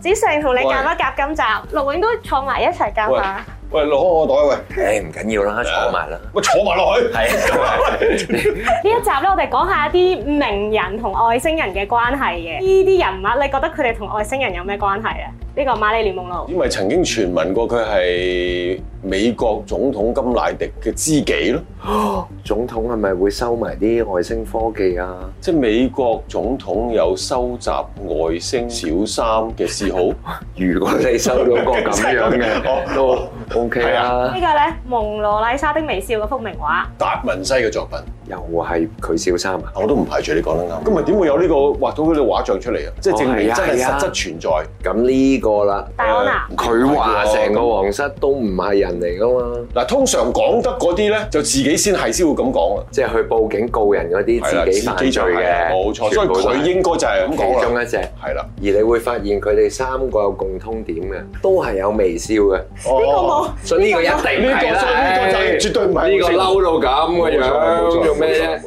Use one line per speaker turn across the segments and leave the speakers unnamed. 子成同你夾一夾今集，陸永都坐埋一齊夾下。
喂，攞我個袋喂，
唉，唔緊要啦，坐埋啦。
喂坐埋落去。
係，
呢一集咧，我哋講下一啲名人同外星人嘅關係嘅。呢啲人物，你覺得佢哋同外星人有咩關係咧？呢個瑪麗蓮夢露，
因為曾經傳聞過佢係美國總統甘迺迪嘅知己咯，
總統係咪會收埋啲外星科技啊？
即係美國總統有收集外星小三嘅嗜好。
如果你收到個咁樣
哦
嘅，都 OK 啦
呢。個咧蒙羅麗莎的微笑嗰幅名畫，
達文西嘅作品，
又係佢小三啊？
我都唔排除你講得啱。咁咪點會有呢個畫到佢哋畫像出嚟啊？即係證明
哦係啊
真係
係
實
啊
質存在。
咁呢個啦，
戴安娜。
佢話成個皇室都唔係人嚟噶嘛，
嗱，通常講得嗰啲咧，就自己先係先會咁講啊。
即係去報警告人
係
嗰
啦
啲自己犯罪
就係
嘅，
啦冇錯。所以
全部都係
佢應該就係咁講
其
啦。
中一隻。
係啦，
而你會發現佢哋三個有共通點嘅，都係有微笑嘅，
呢
呢個
哦
冇，
所以呢個一定係啦。
呢個所以呢個就絕對唔係
呢個嬲到咁嘅樣，做咩啫？？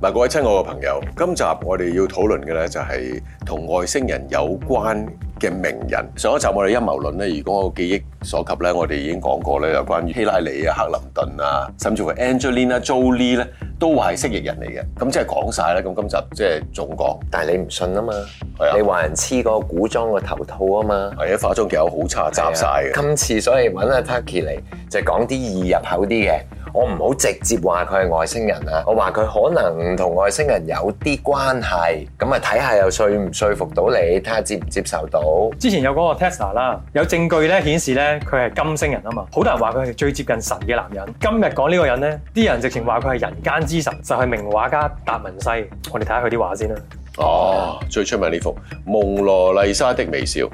嗱，各位親愛嘅朋友，今集我哋要討論嘅咧就係同外星人有關嘅名人。上一集我哋陰謀論咧，如果我記憶所及咧，我哋已經講過咧，有關於希拉里啊、克林頓啊，甚至乎 Angelina Jolie 咧，都話係蜥蜴人嚟嘅。咁即係講晒啦，咁今集即係仲講
但係你唔信啊嘛
係啊，
你話人黐個古裝個頭套啊嘛，啊
係啊，化妝技巧好差，雜晒嘅。
今次所以揾阿 Taki 嚟就講啲易入口啲嘅，我唔好直接話佢係外星人啊，我話佢可能同外星人有啲關係，咁啊睇下又說唔說服到你，睇下接唔接受到。
之前有嗰個 Tesla 啦，有證據咧顯示咧佢係金星人啊嘛，好多人話佢係最接近神嘅男人。今日講呢個人咧，啲人直情話佢係人間之神，就係、名畫家達文西。我哋睇下佢啲畫先啦。
哦，最出名呢幅《蒙羅麗莎的微笑》，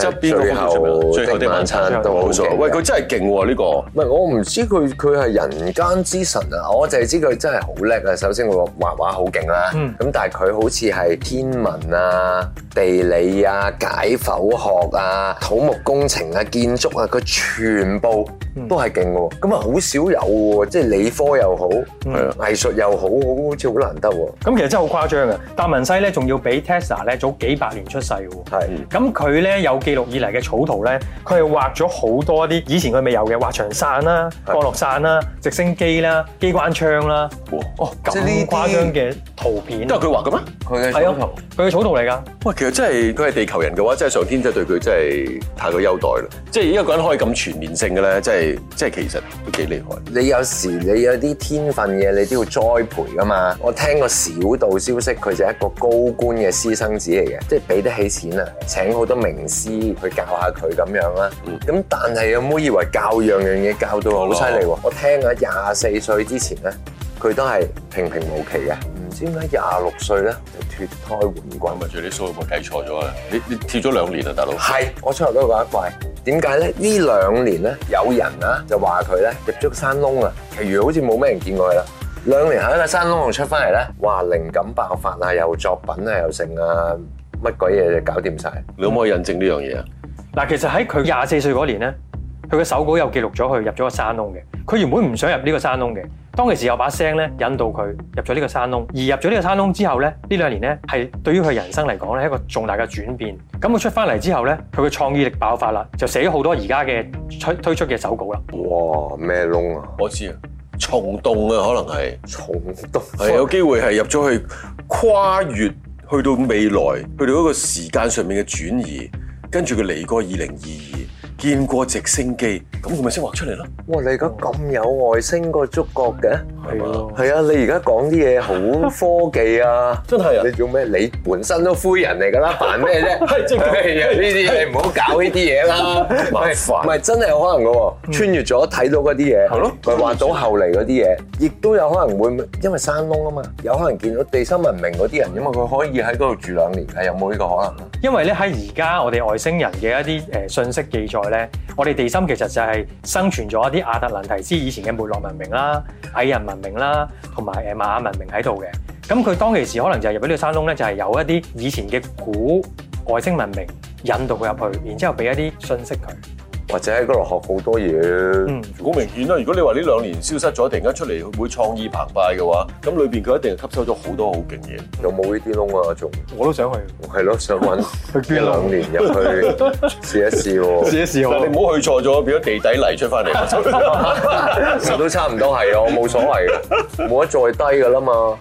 側邊嗰幅最
最
出名，
後的晚餐都好
冇錯。
勁啊
喂，佢真係勁喎呢個。
唔係，我唔知佢佢係人間之神啊！我就係知佢真係好叻啊！首先佢畫畫好勁啦，咁、
嗯
但係佢好似係天文啊、地理啊、解剖學啊、土木工程啊、建築啊，佢全部
嗯
都係勁嘅喎。咁啊，好少有喎，即係理科又好，
嗯
藝術又好，好似好難得喎。
咁其實真係好誇張嘅，啊達文西咧仲要比 Tesla 咧早幾百年出世嘅喎。
係
咁佢咧有記錄以嚟嘅草圖咧，佢係畫咗好多啲以前佢未有嘅，畫長傘啦、
係
降落傘啦、直升機啦、機關槍啦，
哇
哦
即
咁
係呢啲
誇張嘅圖片，
都係佢畫嘅咩？
佢嘅
係啊，佢嘅草圖嚟㗎。
喂，其實真係佢係地球人嘅話，真係上天真係對佢真係太過優待啦。即係一個人可以咁全面性嘅咧，真係即係其實都幾厲害。
你有時你有啲天分嘅，你都要栽培噶嘛。我聽過小道消息，佢就係一個高官嘅私生子嚟嘅，即係俾得起錢啊，請好多名師去教下佢咁樣啦。咁、但係有冇以為教樣樣嘢教到好犀利喎？我聽啊，廿四歲之前咧，佢都係平平無奇嘅，唔知點解廿六歲咧就脫胎換骨
咁。咪最啲數有冇計錯咗啊？你你跳咗兩年啊，大佬。
係，我出入都覺得怪。點解咧？呢兩年咧，有人啊就話佢咧入咗個山窿啊，其餘好似冇咩人見過佢啦。兩年喺個山窿度出翻嚟咧，哇！靈感爆發啊，又作品啊，又成啊，乜鬼嘢就搞掂晒。
你可唔可以印證呢樣嘢啊？
嗱，其實喺佢廿四歲嗰年咧，佢嘅手稿有記錄咗佢入咗個山窿嘅。佢原本唔想入呢個山窿嘅，當其時有把聲咧引導佢入咗呢個山窿。而入咗呢個山窿之後咧，呢兩年咧係對於佢人生嚟講咧係一個重大嘅轉變。咁佢出翻嚟之後咧，佢嘅創意力爆發啦，就寫咗好多而家嘅推推出嘅手稿啦。
哇！咩窿啊？
我知啊，蟲洞啊，可能係
重到
係有機會係入咗去跨越，去到未來，去到一個時間上面嘅轉移，跟住佢嚟過二零二二，見過直升機，咁佢咪先畫出嚟咯。
哇！你而家咁有外星個觸覺嘅？
係咯，
係啊，你而家講啲嘢好科技啊！
真係啊
你做咩？你本身都灰人嚟㗎啦，扮咩啫？
係真係
係啊！呢啲嘢唔好搞呢啲嘢啦，
麻
唔
煩
係唔係真係有可能嘅喎，穿越咗睇到嗰啲嘢，
嗯係咯
咪畫到後嚟嗰啲嘢，亦都有可能會因為山窿啊嘛，有可能見到地心文明嗰啲人，因為佢可以喺嗰度住兩年，係有冇呢個可能啊？
因為咧喺而家我哋外星人嘅一啲誒信息記載咧，我哋地心其實就係生存咗一啲亞特蘭提斯以前嘅沒落文明啦、蟻人文明啦，同埋呃誒瑪雅文明喺度嘅。咁佢當其時可能就係入咗呢個山窿咧，就係、有一啲以前嘅古外星文明引導佢入去，然之後俾一啲信息佢。
或者喺嗰度學好多嘢。
嗯，
好明顯啦！如果你話呢兩年消失咗，突然間出嚟會創意澎湃嘅話，咁裏邊佢一定係吸收咗好多好勁嘢。
有冇呢啲窿啊？仲
我都想去
係咯，想揾
去
一
捐窿
兩，年入 去試一試喎。
一試
但係你唔好去錯咗，變咗地底泥出翻 嚟。
其實都差唔多係啊，我冇所謂嘅，冇得再低噶啦
哦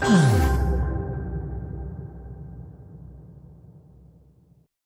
嘛。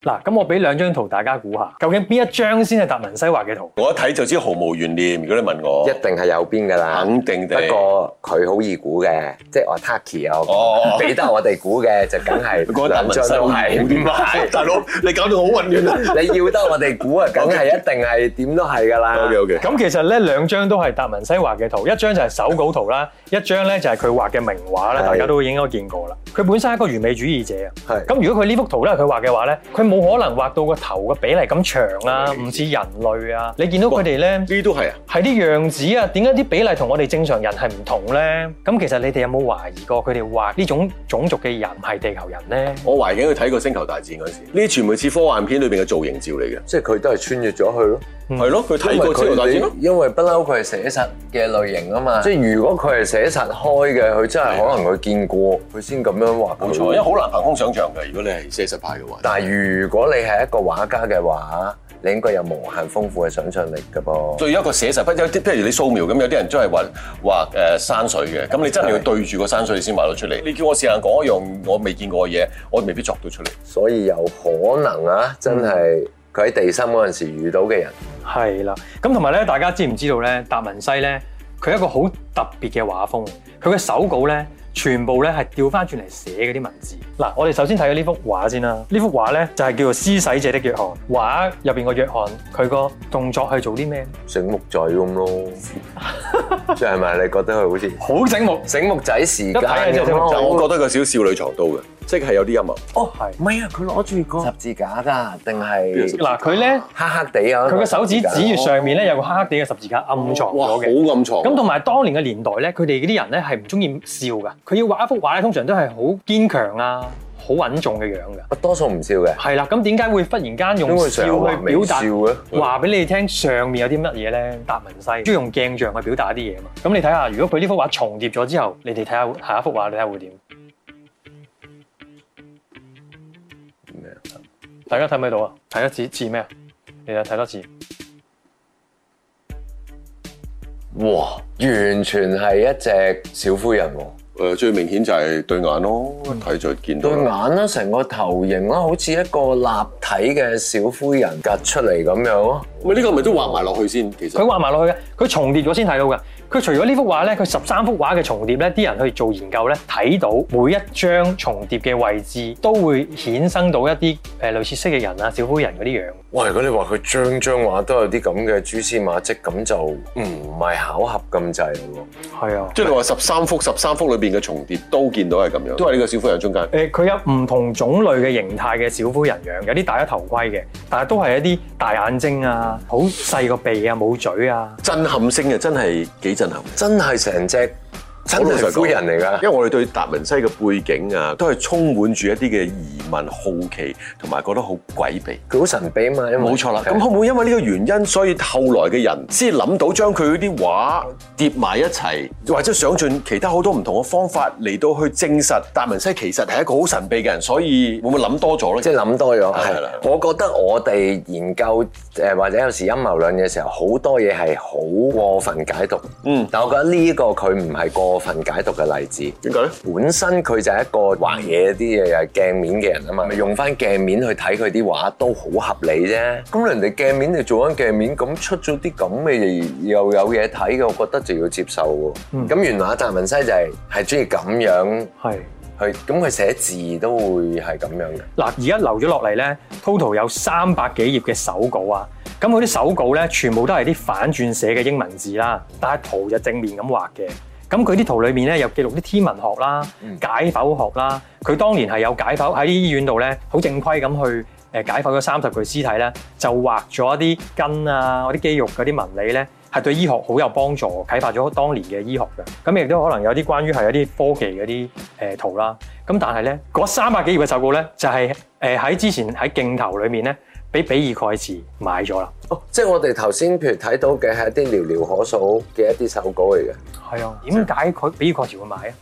嗱，咁我俾兩張圖大家估下，究竟邊一張先係達文西華嘅圖？
我一睇就知毫無懸念。如果你問
一
我，
定係右邊噶啦，
肯定地
不過佢好易估嘅，即係我 Taki 啊，
哦
我俾得我哋估嘅就梗係
嗰達
兩
文
張
西
都
好
係。
點解？大佬，你搞到好混亂 啊
你要得我哋估啊，梗係一定係點都係噶啦。
！OK OK，
咁其實咧兩張都係達文西畫嘅圖，一張就係手稿圖啦，一張咧就係佢畫嘅名畫啦，
係
大家都應該見過啦。佢本身係一個完美主義者啊，
係
咁如果佢呢幅圖咧係佢畫嘅話咧，佢冇可能畫到個頭嘅比例咁長啊，唔似人類啊。你見到佢哋咧
呢都係啊！
係啲樣子啊，點解啲比例同我哋正常人係唔同咧？咁其實你哋有冇懷疑過佢哋畫呢種種族嘅人係地球人咧？
我懷緊佢睇過《星球大戰》嗰陣時，呢啲全部似科幻片裏邊嘅造型照嚟嘅。
即係佢都係穿越咗去咯。
係咯，佢睇過《星球大戰》咯。
因為不嬲佢係寫實嘅類型啊嘛。即係如果佢係寫實開嘅，佢真係可能佢見過，佢先咁樣畫。
冇錯，因為好難憑空想像嘅。如果你係寫實派嘅話，
但係如果你係一個畫家嘅話，你應該有無限豐富嘅想像力㗎噃。
對於一個寫實筆，有啲譬如你素描咁，有啲人真係畫畫誒山水嘅，咁你真係要
係
對住個山水先畫到出嚟。你叫我試下講一樣我未見過嘅嘢，我未必作到出嚟。
所以有可能
Ừ.
啊，真係佢喺地心嗰陣時遇到嘅人，
係啦，咁同埋咧，大家知唔知道咧？達文西咧，佢一個好特別嘅畫風，佢嘅手稿咧，全部咧係調翻轉嚟寫嗰啲文字。嗱，我哋首先睇咗呢幅畫先啦。呢幅畫咧就係叫做《施洗者的約翰》，畫入邊個約翰佢個動作係做啲咩？
醒目仔咁 咯。即係咪你覺得佢好似
好醒目
醒目仔時間
一睇就
咁
醒目仔
但
咯？
我覺得佢少少女藏刀嘅，即係有啲陰謀。
哦，係
唔係啊，佢攞住個十字架㗎，定係
嗱，佢咧
黑黑地啊？
佢個手指指住上面咧有個黑黑地嘅十字架暗藏
哇，好
咗嘅。
暗藏。
咁同埋當年嘅年代咧，佢哋嗰啲人咧係唔中意笑噶，佢要畫一幅畫咧，通常都係好堅強啊、好穩重嘅樣㗎。
我多數唔笑嘅，
係啦，咁點解會忽然間
因
用
為
笑
成日話
去
微
表
笑
達？
嘅。
話俾你聽上面有啲乜嘢咧？達文西中意用鏡像去表達一啲嘢嘛？咁你睇下，如果佢呢幅畫重疊咗之後，你哋睇下下一幅畫，你睇下會點？
咩啊
大家睇唔睇到啊？睇多次似咩啊？你睇睇多次，
哇！完全係一隻小灰人喎，
誒最明顯就係對眼咯，睇就見到
對眼
啦。
啦，成個頭型啦，好似一個立體嘅小灰人隔出嚟咁樣咯。
咪呢個咪都畫埋落去先，其
佢
實。
畫埋落去嘅，佢重疊咗先睇到㗎。佢除咗呢幅畫咧，佢十三幅畫嘅重疊咧，啲人去做研究咧，睇到每一張重疊嘅位置都會衍生到一啲誒類似蜥蜴人啊、小灰人嗰啲樣。
哇！如果你話佢張張畫都有啲咁嘅蛛絲馬跡，咁就唔係巧合咁滯咯。
係啊。
即係你話十三幅，十三幅裏邊嘅重疊都見到係咁樣，都係呢個小灰人中間。
誒，佢有唔同種類嘅形態嘅小灰人樣，有啲戴咗頭盔嘅，但係都係一啲大眼睛啊，好細個鼻啊，冇嘴啊。
震撼性嘅真係幾震撼。
真係成隻真
我老實
係
講
灰人嚟㗎。
因為我哋對達文西嘅背景啊，都係充滿住一啲嘅疑問、好奇同埋覺得好詭秘。
佢好神秘嘛，因為
冇錯啦，
係
咁會唔會因為呢個原因，所以後來嘅人先諗到將佢啲畫疊埋一齊，或者想盡其他好多唔同嘅方法嚟到去證實達文西其實係一個好神秘嘅人，所以會唔會諗多咗咧？
即係諗多咗，
係
係
啦
我覺得我哋研究誒或者有時陰謀論嘅時候，好多嘢係好過分解讀。
嗯，
但我覺得呢個佢唔係過分解讀嘅例子。
點解咧？
本身佢就係一個畫嘢啲嘢又係鏡面嘅人啊嘛，咪用翻鏡面去睇佢啲畫都好合理啫。咁人哋鏡面就做緊鏡面，咁出咗啲咁嘅嘢又有嘢睇嘅，我覺得就要接受
嗯
喎。咁、原來阿達文西就係係中意咁樣
係。
去，咁佢寫字都會係咁樣嘅。
嗱，而家留咗落嚟咧，total 有三百幾頁嘅手稿啊。咁佢啲手稿咧，全部都係啲反轉寫嘅英文字啦，但係圖就正面咁畫嘅。咁佢啲圖裏面咧，有記錄啲天文學啦、解剖學啦。佢當年係有解剖喺啲醫院度咧，好正規咁去誒解剖咗三十具屍體咧，就畫咗一啲筋啊、嗰啲肌肉嗰啲紋理咧，係對醫學好有幫助，啟發咗當年嘅醫學嘅。咁亦都可能有啲關於係一啲科技嗰啲誒圖啦。咁但係咧，嗰三百幾頁嘅手稿咧，就係誒喺之前喺鏡頭裏面咧，俾比爾蓋茨買咗啦。
哦，即係我哋頭先譬如睇到嘅係一啲寥寥可數嘅一啲手稿嚟嘅。
係啊，點解佢比爾蓋茨會買啊？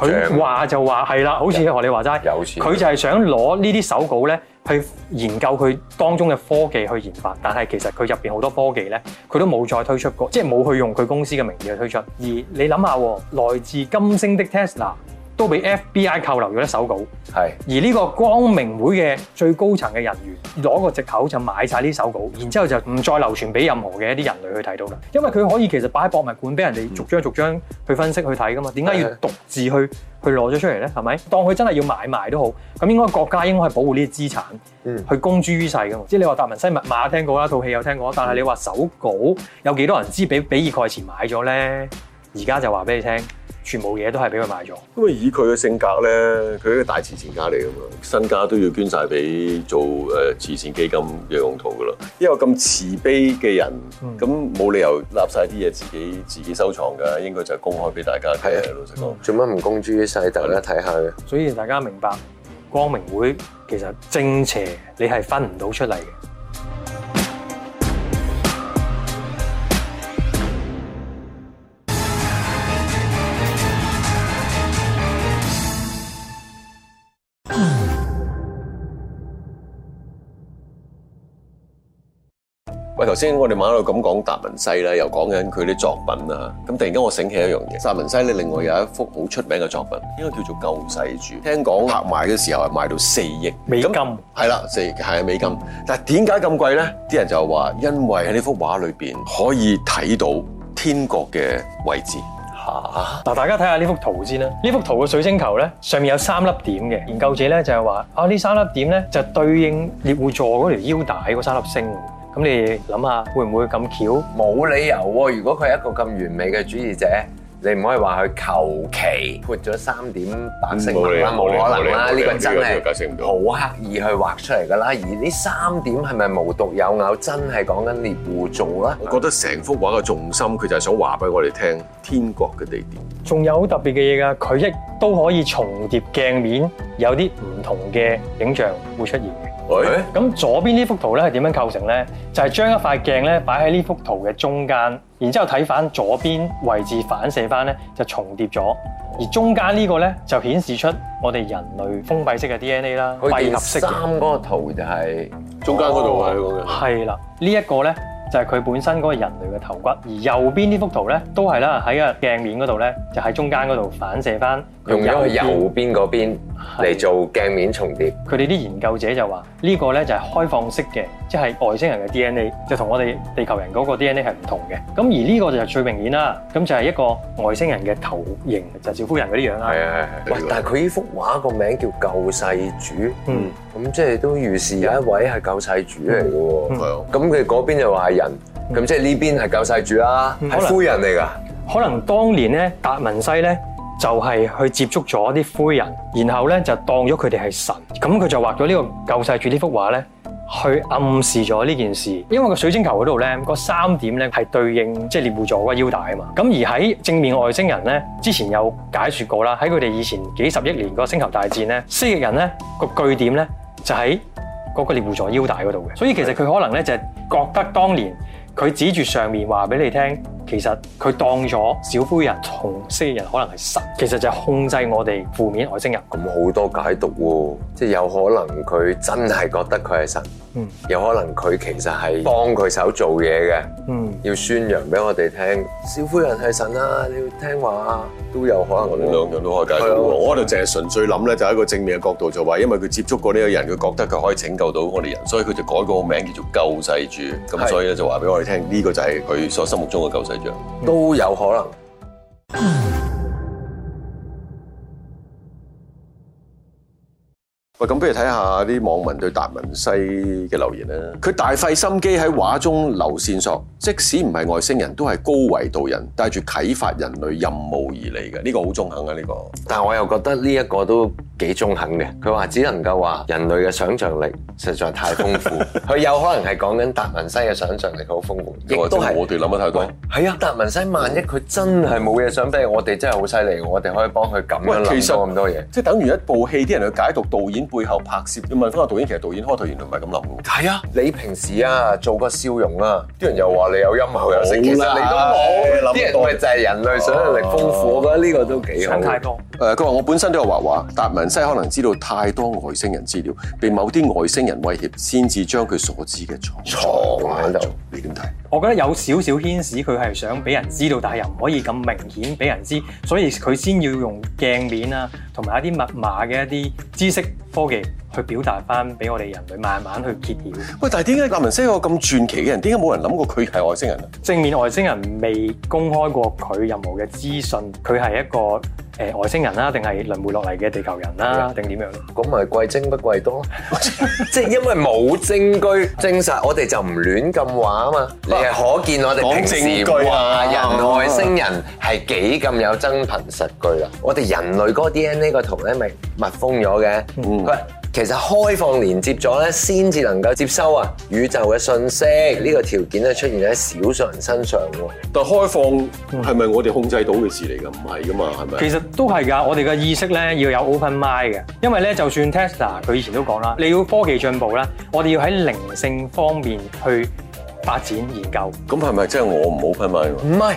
正
佢話就話係啦，好似學你話齋，
有錢
佢就係想攞呢啲手稿咧去研究佢當中嘅科技去研發，但係其實佢入邊好多科技咧，佢都冇再推出過，即係冇去用佢公司嘅名義去推出。而你諗下喎，來自金星的 Tesla 都俾 FBI 扣留咗啲手稿，
係。
而呢個光明會嘅最高層嘅人員攞個藉口就買晒呢手稿，然之後就唔再流傳俾任何嘅一啲人類去睇到啦。因為佢可以其實擺喺博物館俾人哋逐張逐張去分析去睇噶嘛，點解要
嗯係係
獨自去去攞咗出嚟咧？係咪？當佢真係要買賣都好，咁應該國家應該係保護呢啲資產，
嗯
去公諸於世噶嘛。即係你話達文西密碼聽過啦，套戲有聽過，但係你話手稿有幾多人知俾比爾蓋茨買咗咧？而家就話俾你聽，全部嘢都係俾佢買咗。
因為以佢嘅性格咧，佢係一個大慈善家嚟噶嘛，身家都要捐晒俾做誒、呃慈善基金嘅用途噶啦。一個咁慈悲嘅人，
嗯
咁冇、理由立晒啲嘢自己自己收藏㗎，應該就係公開俾大家睇
係啊
嘅。老實講，
做乜唔公諸於世？大家睇下嘅。
所以大家明白光明會其實正邪你係分唔到出嚟嘅。
喂，頭先我哋馬喺度咁講達文西啦，又講緊佢啲作品啊，咁突然間我醒起一樣嘢，達文西咧另外有一幅好出名嘅作品，應該叫做《救世主》，聽講拍賣嘅時候係賣到四億
美金
咁係啦，四係美金。但係點解咁貴咧？啲人就話因為喺呢幅畫裏邊可以睇到天國嘅位置。
嚇！
嗱，大家睇下呢幅圖先啦。呢幅圖嘅水晶球咧，上面有三粒點嘅。研究者咧就係話啊，呢三粒點咧就對應獵戶座嗰條腰帶嗰三粒星。咁你諗下，會唔會咁巧？
冇理由喎、如果佢係一個咁完美嘅主義者，你唔可以話佢求其潑咗三點白色
嗯冇理
文
由
啦，冇可能啦，
冇
呢
理由
個真
呢個解釋唔到
係好刻意去畫出嚟㗎啦。而呢三點係咪無獨有偶，真係講緊獵戶座啦？
我覺得成幅畫嘅重心，佢就係想話俾我哋聽天國嘅地點。
仲有好特別嘅嘢㗎，佢亦都可以重疊鏡面，有啲唔同嘅影像會出現嘅。
喂、
咁左邊呢幅圖咧係點樣構成咧？就係、將一塊鏡咧擺喺呢幅圖嘅中間，然之後睇翻左邊位置反射翻咧就重疊咗，而中間呢個咧就顯示出我哋人類封閉式嘅 DNA 啦，
佢
閉
件
合式
衫
嘅，
嗰個圖就係、
中間嗰度啊，講緊
係啦，呢、一個咧。就係佢本身嗰個人類嘅頭骨，而右邊呢幅圖咧都係啦，喺個鏡面嗰度咧就喺中間嗰度反射翻
用咗佢右邊嗰邊嚟做鏡面重疊。
佢哋啲研究者就話呢個咧就係開放式嘅，即係外星人嘅 DNA 就同我哋地球人嗰個 DNA 係唔同嘅。咁而呢個就係最明顯啦，咁就係一個外星人嘅頭型，就係趙夫人嗰啲樣啦。
係啊係
喂
啊，
但係佢呢幅畫個名叫救世主，
嗯，
咁即係都預示有一位係救世主嚟嘅喎。
嗯
係啊
咁佢嗰邊就話係人，咁即係呢邊係救世主啦，
嗯
係夫人嚟㗎。
可能當年咧達文西咧就係去接觸咗啲灰人，然後咧就當咗佢哋係神，咁佢就畫咗呢個救世主呢幅畫咧。去暗示咗呢件事，因為個水晶球嗰度咧，個三點咧係對應即係獵戶座嗰個腰帶啊嘛。咁而喺正面外星人咧，之前有解説過啦，喺佢哋以前幾十億年個星球大戰咧，蜥蜴人咧個據點咧就喺嗰個獵戶座腰帶嗰度嘅。所以其實佢可能咧就係覺得當年佢指住上面話俾你聽，其實佢當咗小灰人同蜥蜴人可能係神，其實就係控制我哋負面外星人。
咁好多解讀喎，即係有可能佢真係覺得佢係神，
嗯
有可能佢其實係幫佢手做嘢嘅，
嗯，
要宣揚俾我哋聽，小夫人係神啊，你要聽話啊，都有可
我哋
能
兩
喎。
樣都可以解釋
係
喎。
啊
我就淨係純粹諗咧，就係一個正面嘅角度，就話因為佢接觸過呢個人，佢覺得佢可以拯救到我哋人，所以佢就改個名叫做救世主。咁
係
所以咧就話俾我哋聽，呢個就係佢所心目中嘅救世主。
都有可能。
喂，咁不如睇下啲網民對達文西嘅留言啦。佢大費心機喺畫中留線索，即使唔係外星人，都係高維度人，帶住啟發人類任務而嚟嘅。呢、個好中肯啊！呢、個
但我又覺得呢一個都幾中肯嘅。佢話只能夠話人類嘅想像力實在太豐富， 佢有可能係講緊達文西嘅想像力好豐富，亦
或者
都係
我哋諗得太多。
係啊！達文西萬一佢真係冇嘢想俾我哋，真係好犀利，我哋可以幫佢咁樣
喂其
諗
實
到咁多嘢。
即係等於一部戲，啲人去解讀導演背後拍攝。你問翻個導演，其實導演開頭原來唔係咁諗嘅。
係啊，你平時啊做個笑容啊，啲人又話你有陰謀又食，其實你
好
都
啦哦
冇。
諗
啲人
多
咪就係人類想像力豐富，啊我覺得呢個都幾好
想。太多。
誒，佢話我本身都有畫畫，達文西可能知道太多外星人資料，被某啲外星人威脅，先至將佢所知嘅藏
藏喺度。
你點睇？
我覺得有少少牽使，佢係想俾人知道，但係又唔可以咁明顯俾人知，所以佢先要用鏡面啊，同埋一啲密碼嘅一啲知識科技去表達翻俾我哋人類慢慢去揭曉。
喂，但係點解達文西一個咁傳奇嘅人，點解冇人諗過佢係外星人啊？
正面外星人未公開過佢任何嘅資訊，佢係一個誒、呃外星人啦，定係輪迴落嚟嘅地球人啦，定點樣？
咁咪貴精不貴 多，即係因為冇證據證實，我哋就唔亂咁話啊嘛。你係可見我哋平時
講證據
話
啊
人外星人係幾咁有真憑實據啦。我哋人類嗰個 DNA 個圖咧咪密封咗嘅，佢、其實開放連接咗咧，先至能夠接收啊宇宙嘅信息。呢、個條件咧出現喺少數人身上喎。
但開放係咪我哋控制到嘅事嚟㗎？唔係㗎嘛，係咪？
其實都係㗎，我哋嘅意識咧要有 open mind 嘅，因為咧就算 Tesla 佢以前都講啦，你要科技進步啦，我哋要喺靈性方面去發展研究。
咁係咪即係我唔好分埋？
唔係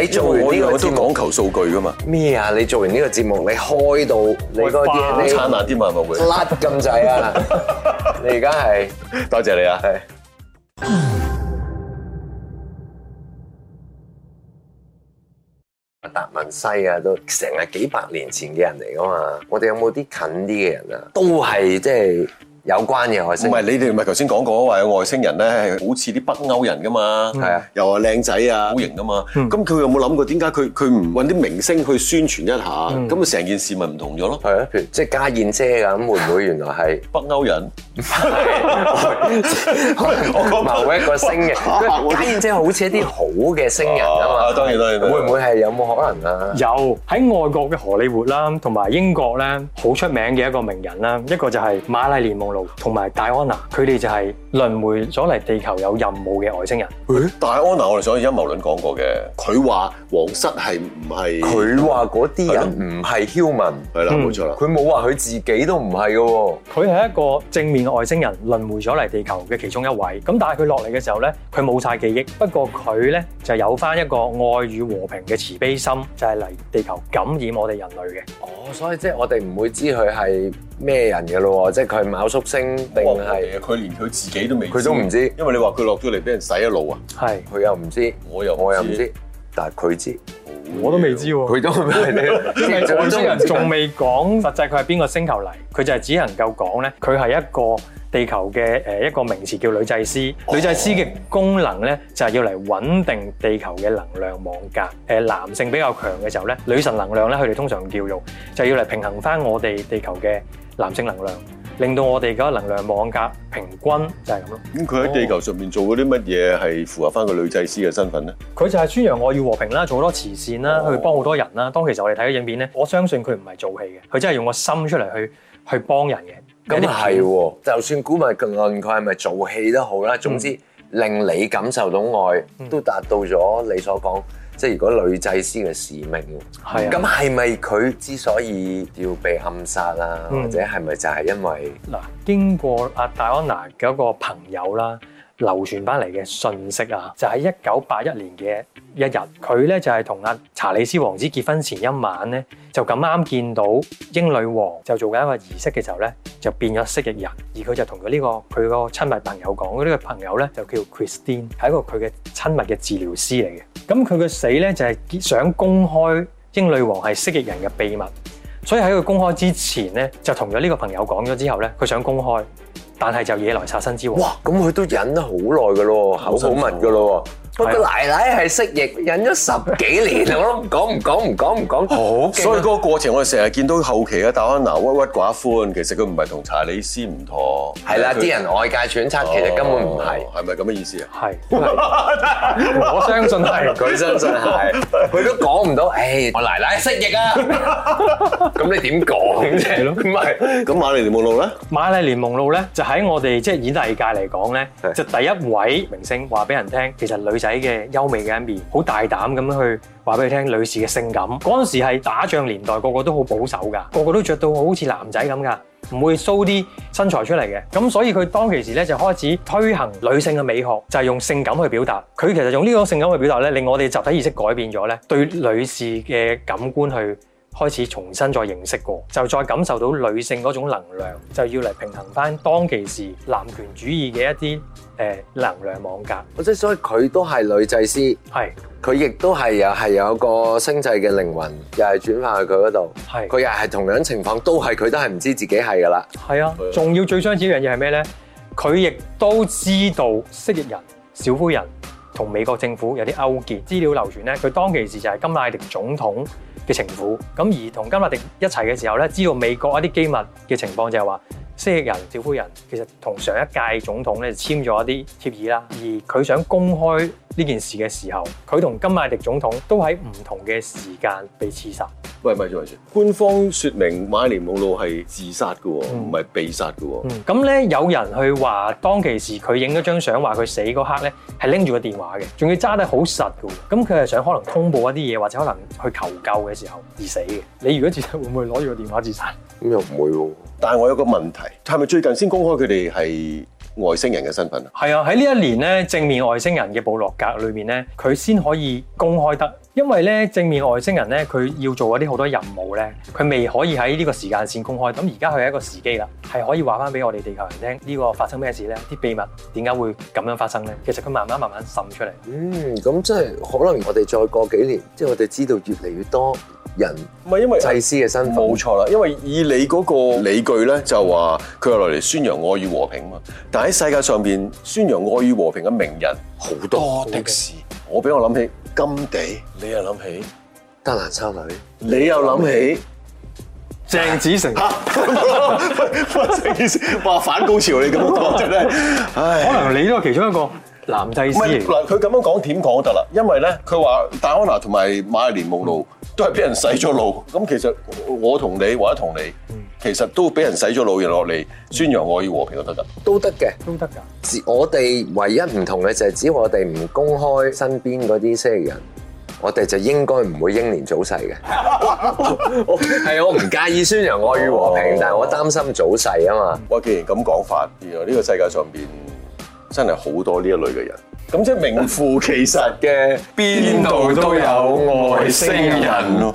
你做完
我
呢個
我
節
都
目
講求數據㗎嘛，
咩啊？你做完呢個節目，你開到你嗰個
開花
DNA
燦爛啲嘛，係咪會？
甩咁滯啊！你而家係
多謝你啊！
係。達文西啊，都成係幾百年前嘅人嚟噶嘛。我哋有冇啲近啲嘅人啊？都係即係有關嘅外
唔
星
係
人。
你哋咪頭先講過話有外星人咧，係好似啲北歐人噶嘛，
係啊，
又話靚仔啊，嗯好型噶嘛。
嗯
咁佢有冇諗過點解佢佢唔揾啲明星去宣傳一下？
嗯
咁啊成件事咪唔同咗咯？
係啊，譬如即係家燕姐啊咁，會唔會原來係
北歐人
某一個星人？
哇 我
家燕姐好似一啲好嘅星人啊嘛。
啊當然當然當然
會唔會係有冇可能啊？
有喺外國嘅荷里活啦，同埋英國咧好出名嘅一個名人啦，一個就係瑪麗蓮夢露同埋戴安娜，佢哋就係輪迴咗嚟地球有任務嘅外星人。
但係安娜，我哋上次陰謀論講過嘅，佢話皇室係唔係
佢話嗰啲人唔係 human。
係啦，
嗯
冇錯啦。
佢冇話佢自己都唔係嘅喎，
佢係一個正面嘅外星人輪迴咗嚟地球嘅其中一位。咁但係佢落嚟嘅時候呢，佢冇晒記憶，不過佢呢就有翻一個愛與和平嘅慈悲心，就係、嚟地球感染我哋人類嘅。
哦，所以即係我哋唔會知佢係咩人嘅咯喎，即係佢係昴宿星定係
佢連佢自己都未，
佢都唔知，
因為你話佢落咗嚟俾人洗一路啊，
係，
佢又唔知，
我又
我又唔，知，但係佢知，
我都未知喎。
佢都唔係你，
因為
即係
外星人
知
仲未講實際佢係邊個星球嚟，佢就係只能夠講呢，佢係一個地球嘅誒一個名詞叫女祭司。女祭司嘅功能呢，就係要嚟穩定地球嘅能量網格。誒男性比較強嘅時候呢，女神能量呢，佢哋通常叫做就要嚟平衡翻我哋地球嘅男性能量，令到我哋嗰個能量網格平均就係咁咯。
咁佢喺地球上面做嗰啲乜嘢係符合翻個女祭司嘅身份咧？
佢就係宣揚愛與和平啦，做好多慈善啦，
哦
去幫好多人啦。當其實我哋睇嘅影片咧，我相信佢唔係做戲嘅，佢真係用個心出嚟去去幫人嘅。
咁啊
有啲
係喎，就算古物論佢係咪做戲都好啦，總之令你感受到愛，
嗯
都達到咗你所講，即係如果女祭司嘅使命喎。
係啊
咁係咪佢之所以要被暗殺啊，
嗯
或者係咪就係因為？
嗱，經過阿戴安娜嘅一個朋友啦，流傳翻嚟嘅信息啊，就喺一九八一年嘅一日，佢咧就係同阿查理斯王子結婚前一晚咧，就咁啱見到英女王就做緊一個儀式嘅時候咧，就變咗蜥蜴人，而佢就同佢呢個佢個親密朋友講，呢、個朋友咧就叫 Christine，係一個佢嘅親密嘅治療師嚟嘅。咁佢嘅死咧就係、想公開英女王係蜥蜴人嘅秘密。所以喺佢公開之前咧，就同咗呢個朋友講咗之後咧，佢想公開，但係就惹來殺身之禍。
哇！咁佢都忍得好耐噶咯，口好密噶咯，不過奶奶係蜥蜴，忍咗十幾年，我都唔講唔講唔講唔講，好勁啊
所以嗰個過程，我哋成日見到後期嘅戴安娜鬱鬱寡歡，其實佢唔係同查理斯唔妥，
係啦，
佢
啲人外界揣測其實根本唔係
哦，係咪咁嘅意思啊？
係，我相信係
佢相信係，佢都講唔到，誒我奶奶蜥蜴啊，咁你點講啫？
係咯
唔係，
咁馬利蓮夢露咧，
瑪麗蓮夢露咧，就喺我哋即係演藝界嚟講咧
係，
就第一位明星話俾人聽，其實女仔嘅優美嘅一面，好大膽咁樣去話俾佢聽女士嘅性感。嗰陣時係打仗年代，個個都好保守㗎，個個都着到好似男仔咁㗎。唔會 show 啲身材出嚟嘅，咁所以佢當其時咧就開始推行女性嘅美學，就係、用性感去表達。佢其實用呢種性感去表達咧，令我哋集體意識改變咗咧，對女士嘅感官去開始重新再認識過，就再感受到女性嗰種能量，就要嚟平衡翻當其時男權主義嘅一啲誒、呃能量網格。
即係所以佢都係女祭司，
係
佢亦都係又係有個星際嘅靈魂，又係轉化去佢嗰度，
係
佢又係同樣情況，都係佢都係唔知自己係㗎啦。
係啊
係啊！
仲要最相似一樣嘢係咩咧？佢亦都知道蜥蜴人、小灰人同美國政府有啲勾結。資料流傳咧，佢當其時就係甘迺迪總統嘅情婦。咁而同甘迺迪一齊嘅時候咧，知道美國一啲機密嘅情況就係話。蜥蜴人、小灰人其實同上一屆總統咧簽咗一啲協議啦，而佢想公開呢件事嘅時候，佢同甘迺迪總統都喺唔同嘅時間被刺殺。
喂，咪住咪住，官方説明馬利蓮夢露係自殺嘅喎，
嗯
唔係被殺嘅喎。
嗯，咁咧有人去話，當其時佢影咗張相，話佢死嗰刻咧係拎住個電話嘅，仲要揸得好實嘅喎。咁佢係想可能通報一啲嘢，或者可能去求救嘅時候而死嘅。你如果自殺，會唔會攞住個電話自殺？
咁又唔會喎，
但係我有個問題，係咪最近先公開佢哋係外星人嘅身份啊？
係啊，喺呢一年咧，正面外星人嘅部落格裏面咧，佢先可以公開得，因為咧正面外星人咧，佢要做嗰啲好多任務咧，佢未可以喺呢個時間線公開。咁而家佢係一個時機啦，係可以話翻俾我哋地球人聽呢個發生咩事咧，啲秘密點解會咁樣發生咧？其實佢慢慢慢慢滲出嚟。
嗯，咁即係可能我哋再過幾年，即係我哋知道越嚟越多人
唔係因為
祭司嘅身份，
冇錯啦，因為以你嗰個理據咧，就話佢係來嚟宣揚愛與和平嘛。但喺世界上邊宣揚愛與和平嘅名人好多的士，我俾我諗起金地，你又諗起，
德蘭修女。
你又諗起，
鄭子誠。
哇！成件事哇反高潮你咁樣講真係，唉
可。能你都係其中一個男祭
唔
司
係
嚟嘅。
嗱，佢咁樣講點講都得啦，因為咧佢話戴安娜同埋馬麗蓮夢露都係俾人洗咗腦，咁其實我同你或者同你，其實都俾人洗咗腦，然後落嚟宣揚愛與和平就得㗎。
都得嘅，
都得㗎。
只我哋唯一唔同嘅就係，只要我哋唔公開身邊嗰啲蜥蜴人，我哋就應該唔會英年早 逝嘅。係啊，我唔介意宣揚愛與和平
哦，
但係我擔心早逝啊嘛。
哇！既然咁講法，原來呢個世界上邊真係好多呢一類嘅人，咁即係名副其實嘅，邊
度都有外星人
咯。